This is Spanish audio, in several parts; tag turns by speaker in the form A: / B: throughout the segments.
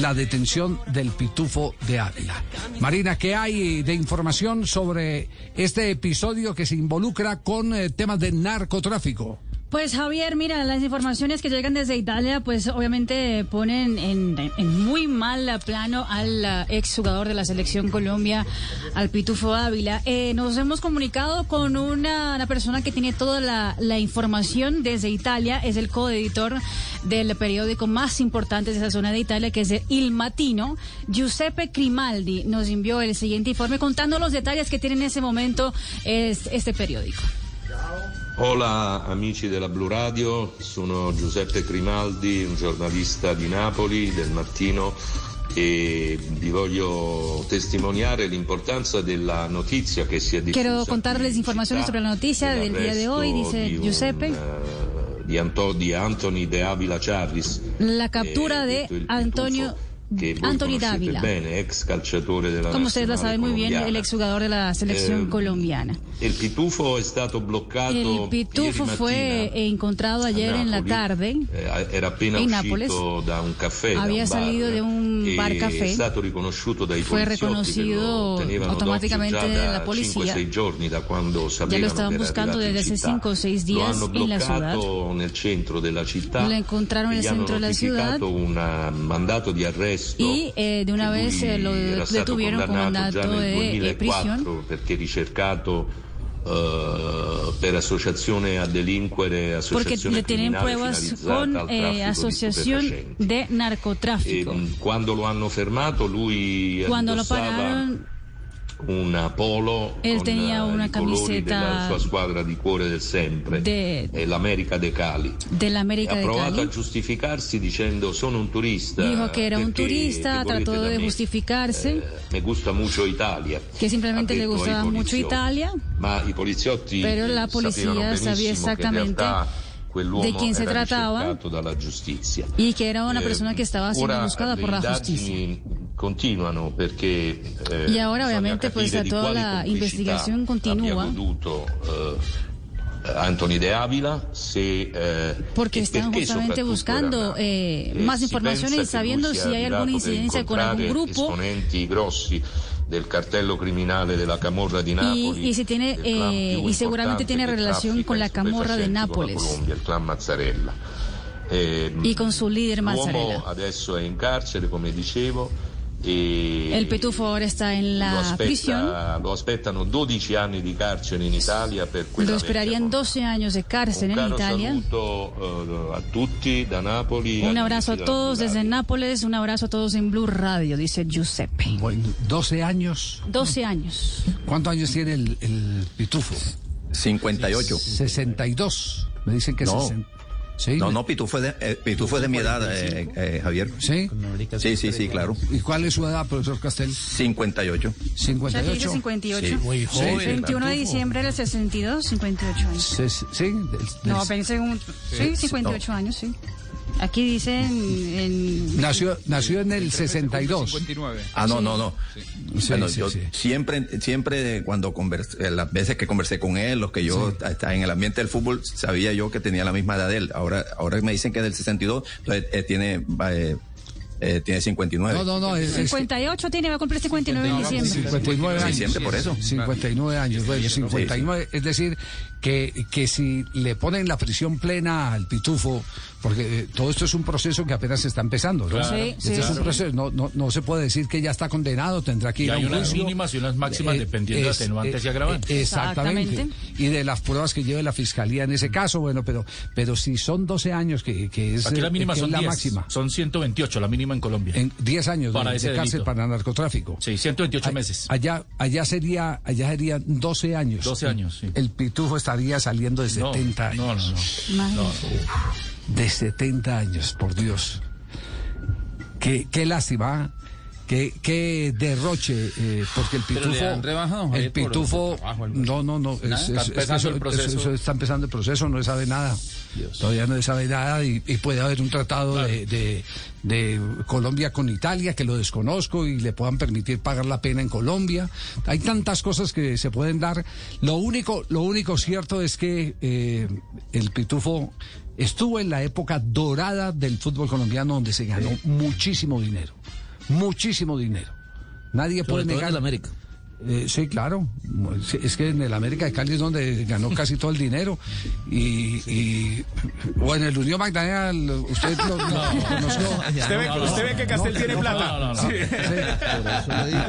A: la detención del pitufo de Ávila. Marina, ¿qué hay de información sobre este episodio que se involucra con eh, temas de narcotráfico?
B: Pues Javier, mira, las informaciones que llegan desde Italia, pues obviamente ponen en, en muy mal plano al uh, exjugador de la selección Colombia, al Pitufo Ávila. Eh, nos hemos comunicado con una, una persona que tiene toda la, la, información desde Italia, es el coeditor del periódico más importante de esa zona de Italia, que es Il Matino. Giuseppe Grimaldi nos envió el siguiente informe contando los detalles que tiene en ese momento es, este periódico.
C: Hola amici della Blu Radio, sono Giuseppe Grimaldi, un giornalista di Napoli del mattino e vi voglio testimoniare l'importanza della notizia che si è diffusa.
B: Quiero contarles informaciones sobre la noticia del día de hoy, dice di Giuseppe. Un,
C: uh, di, Anto, di, Anthony De Avila Charris.
B: La captura eh, de Antonio
C: que
B: Anthony
C: Dávila, bene, ex calciatore della
B: como usted la sabe muy bien, el exjugador de la selección eh, colombiana.
C: El pitufo è stato bloccato.
B: El pitufo fue eh, encontrado ayer Napoli, en la tarde.
C: Eh, era appena uscito Nápoles, da un café.
B: Había
C: da un bar, eh,
B: salido de un bar café.
C: È stato riconosciuto dai
B: fue reconocido automáticamente de la policía.
C: 5, giorni, da quando
B: ya lo estaban buscando desde hace 5 o 6 días
C: lo
B: en la ciudad.
C: Nel centro della città, e
B: lo encontraron en el centro de la ciudad.
C: Un mandato di arresto
B: y eh, de una vez eh, lo detuvieron con mandato de, de prisión
C: perché ricercato uh, per associazione a delinquere, associazione
B: Porque tienen pruebas con eh, asociación de narcotráfico.
C: E, cuando lo hanno fermato, lui
B: cuando lo pararon,
C: una polo eh,
B: él tenía una camiseta
C: della squadra di cuore del sempre eh,
B: de,
C: l'America de Cali
B: dell'America
C: ha provato
B: de Cali.
C: a giustificarsi dicendo sono un turista
B: dijo que era un turista trató de justificarse eh,
C: me gusta mucho Italia
B: que simplemente le gustaba mucho Italia
C: ma i poliziotti
B: pero la policía sabía exactamente de quién se trataba y que era
C: Eh,
B: una persona que estaba siendo eh, buscada por la justicia.
C: Continuano porque,
B: eh, y ahora obviamente pues a toda la investigación continúa.
C: Goduto, eh, Anthony de eh, Ávila e
B: porque están justamente buscando eh, más informaciones y sabiendo si hay alguna incidencia con algún grupo
C: grossi del cartello criminale della Camorra di Napoli.
B: Y, y, si tiene, eh, y seguramente tiene relación
C: e
B: con la Camorra de Nápoles.
C: Colombia, el clan Mazzarella.
B: Eh, y con su líder Mazzarella.
C: adesso è in carcere, come dicevo.
B: E el Petufo ahora está en la
C: lo aspetta,
B: prisión.
C: Lo aspettano 12 anni di carcere in Italia per
B: Lo esperarían 12 años de cárcel en Italia.
C: Saluto, uh, a tutti da Napoli.
B: Un abrazo a todos desde Nápoles, un abrazo a todos en Blue Radio, dice Giuseppe.
A: Bueno, 12 años.
B: 12 años.
A: ¿Cuántos años tiene el, el Pitufo?
D: 58.
A: 62. Me dicen que
D: no.
A: 60.
D: Sí, no, no, Pitú fue de, eh, Pitú fue de mi edad, eh, eh, Javier.
A: ¿Sí?
D: Sí, sí, sí, claro.
A: ¿Y cuál es su edad, profesor Castel?
D: 58.
A: 58.
B: 58.
A: Sí,
B: muy joven. 21 de diciembre del 62, 58 años.
A: Sí, sí. Del, del...
B: No, pensé un... Sí, 58 no. años, sí. Aquí dicen en...
A: Nació, nació en el 62.
D: 59. Ah, no, no, no. Sí, bueno, sí, yo sí. siempre, siempre cuando conversé, las veces que conversé con él, los que yo estaba en el ambiente del fútbol, sabía yo que tenía la misma edad de él. Ahora, ahora me dicen que es del 62, entonces eh, tiene... Eh, eh, tiene 59.
A: No, no, no. Es,
B: 58 tiene, va a cumplir 59 en diciembre.
A: 59 años.
D: Diciembre, por eso.
A: 59 años, bueno,
E: pues,
A: 59. Es decir, que, que si le ponen la prisión plena al pitufo, porque eh, todo esto es un proceso que apenas está empezando. ¿no?
B: Claro, sí,
A: este
B: sí,
A: es
B: claro.
A: un proceso, no, no, no, se puede decir que ya está condenado, tendrá que ir
E: y hay
A: a un
E: unas mínimas y unas máximas eh, dependiendo es, de atenuantes eh, y agravantes.
A: Exactamente. exactamente. Y de las pruebas que lleve la fiscalía en ese caso, bueno, pero pero si son 12 años, que, que es, eh,
E: Aquí la, mínima
A: que
E: son
A: es la
E: 10,
A: máxima.
E: Son 128, la mínima en Colombia.
A: En 10 años
E: para
A: de,
E: ese
A: de cárcel
E: delito.
A: para narcotráfico.
E: Sí, 128 meses.
A: Allá allá sería allá serían 12 años.
E: 12 años, sí.
A: El pitufo estaría saliendo de
E: No,
A: 70
E: no, no,
A: años.
B: Pues
E: no. no.
A: de 70 años, por Dios. Qué, qué lástima, ¿eh? qué, qué derroche, eh, porque el
F: Pero
A: pitufo.
F: le dan rebaja, don
A: el
F: Javier, por
A: pitufo.
F: el trabajo, algo así.
A: No, no, no. es-
F: Nada, está
A: es- es-
F: empezando
A: eso-
F: el proceso.
A: eso- eso está empezando el proceso, no sabe nada.
F: Dios.
A: Todavía no sabe nada y, y puede haber un tratado
E: Claro.
A: de, de- de Colombia con Italia que lo desconozco y le puedan permitir pagar la pena en Colombia. Hay tantas cosas que se pueden dar. Lo único, lo único cierto es que eh, el pitufo estuvo en la época dorada del fútbol colombiano donde se ganó muchísimo dinero. muchísimo dinero. Nadie
F: Sobre
A: puede
F: todo en
A: negar.
F: el América.
A: Eh, sí, claro. Es- Es que en el América de Cali es donde ganó casi todo el dinero. Y, y- o en el Unión Magdalena, lo- usted lo, lo conoció.
G: Usted ve, usted ve que Castel tiene plata.
E: No, no, no.
A: Sí.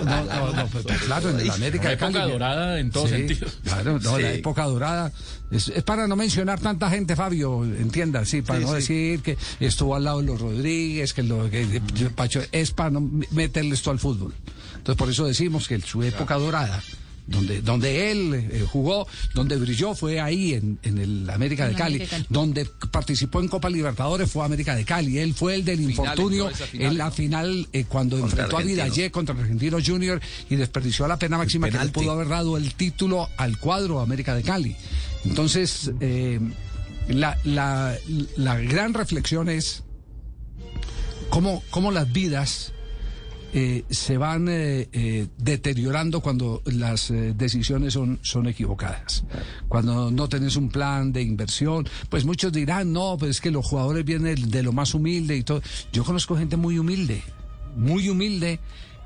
A: No, no, no, pues, pues, claro, en el América
E: Una
A: de Cali.
E: época dorada en todo
A: Sí,
E: sentido.
A: Claro, no, la
D: Sí.
A: época dorada. Es, es para no mencionar tanta gente, Fabio, entienda, sí, para no decir que estuvo al lado de los Rodríguez, que, lo, que- que Pacho, es para no meterle esto al fútbol. Entonces, por eso decimos que su época dorada. Donde, donde él eh, jugó, donde brilló fue ahí en, en el América
B: En
A: de
B: la
A: Cali,
B: América de Cali.
A: donde participó en Copa Libertadores fue América de Cali, él fue el del infortunio
D: entró a esa final,
A: en la
D: ¿no?
A: final eh, cuando
D: Contra
A: enfrentó a
D: Argentino.
A: Vidalé contra Argentino Junior y desperdició la pena máxima que le
D: penalti.
A: pudo haber dado el título al cuadro América de Cali. Entonces, eh, la, la- la gran reflexión es cómo, cómo las vidas eh, se van eh, eh, deteriorando cuando las eh, decisiones son, son equivocadas. Cuando no tenés un plan de inversión, pues muchos dirán, no, pues es que los jugadores vienen de lo más humilde y todo. Yo conozco gente muy humilde, muy humilde,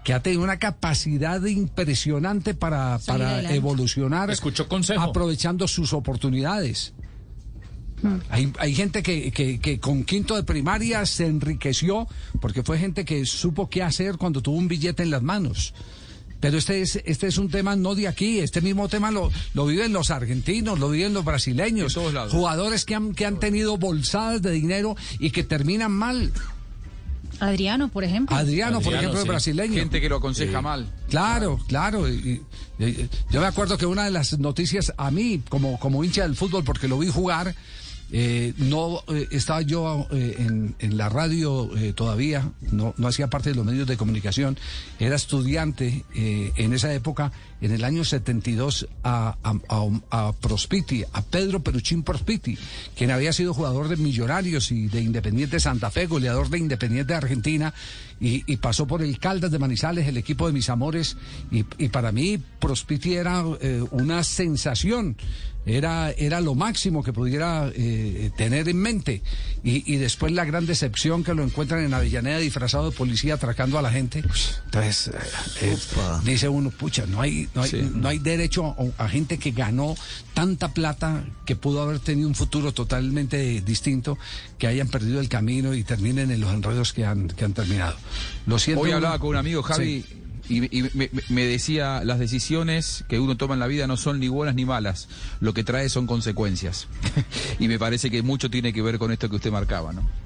A: que ha tenido una capacidad impresionante para,
B: Salir
A: para
B: adelante.
A: evolucionar,
E: Escuchó consejo.
A: aprovechando sus oportunidades. Hay, hay gente que, que- que con quinto de primaria se enriqueció porque fue gente que supo qué hacer cuando tuvo un billete en las manos. Pero este es, este es un tema no de aquí, este mismo tema lo, lo viven los argentinos, lo viven los brasileños, jugadores que han, que han tenido bolsadas de dinero y que terminan mal.
B: Adriano, por ejemplo.
A: Adriano, por
E: Adriano,
A: ejemplo, es
E: sí.
A: brasileño.
H: Gente que lo aconseja mal.
A: Claro, claro. y- y- y- yo me acuerdo que una de las noticias a mí, como, como hincha del fútbol, porque lo vi jugar, eh, no eh, estaba yo eh, en, en la radio eh, todavía, no, no hacía parte de los medios de comunicación, era estudiante eh, en esa época, en el año 72, a, a, a- a Prospiti, a Pedro Peruchín Prospiti, quien había sido jugador de Millonarios y de Independiente Santa Fe, goleador de Independiente de Argentina, y, y pasó por el Caldas de Manizales, el equipo de mis amores, y, y para mí Prospiti era eh, una sensación, era, era lo máximo que pudiera eh, tener en mente, y, y después la gran decepción que lo encuentran en Avellaneda disfrazado de policía atracando a la gente, entonces eh, eh, dice uno, pucha, no hay, no hay, no hay derecho a, a gente que ganó tanta plata que pudo haber tenido un futuro totalmente distinto, que hayan perdido el camino y terminen en los enredos que han, que han terminado. Lo siento.
H: Hoy
A: uno-
H: hablaba con un amigo, Javi,
A: Sí.
H: y, y me, me decía, las decisiones que uno toma en la vida no son ni buenas ni malas, lo que trae son consecuencias. y me parece que mucho tiene que ver con esto que usted marcaba, ¿no?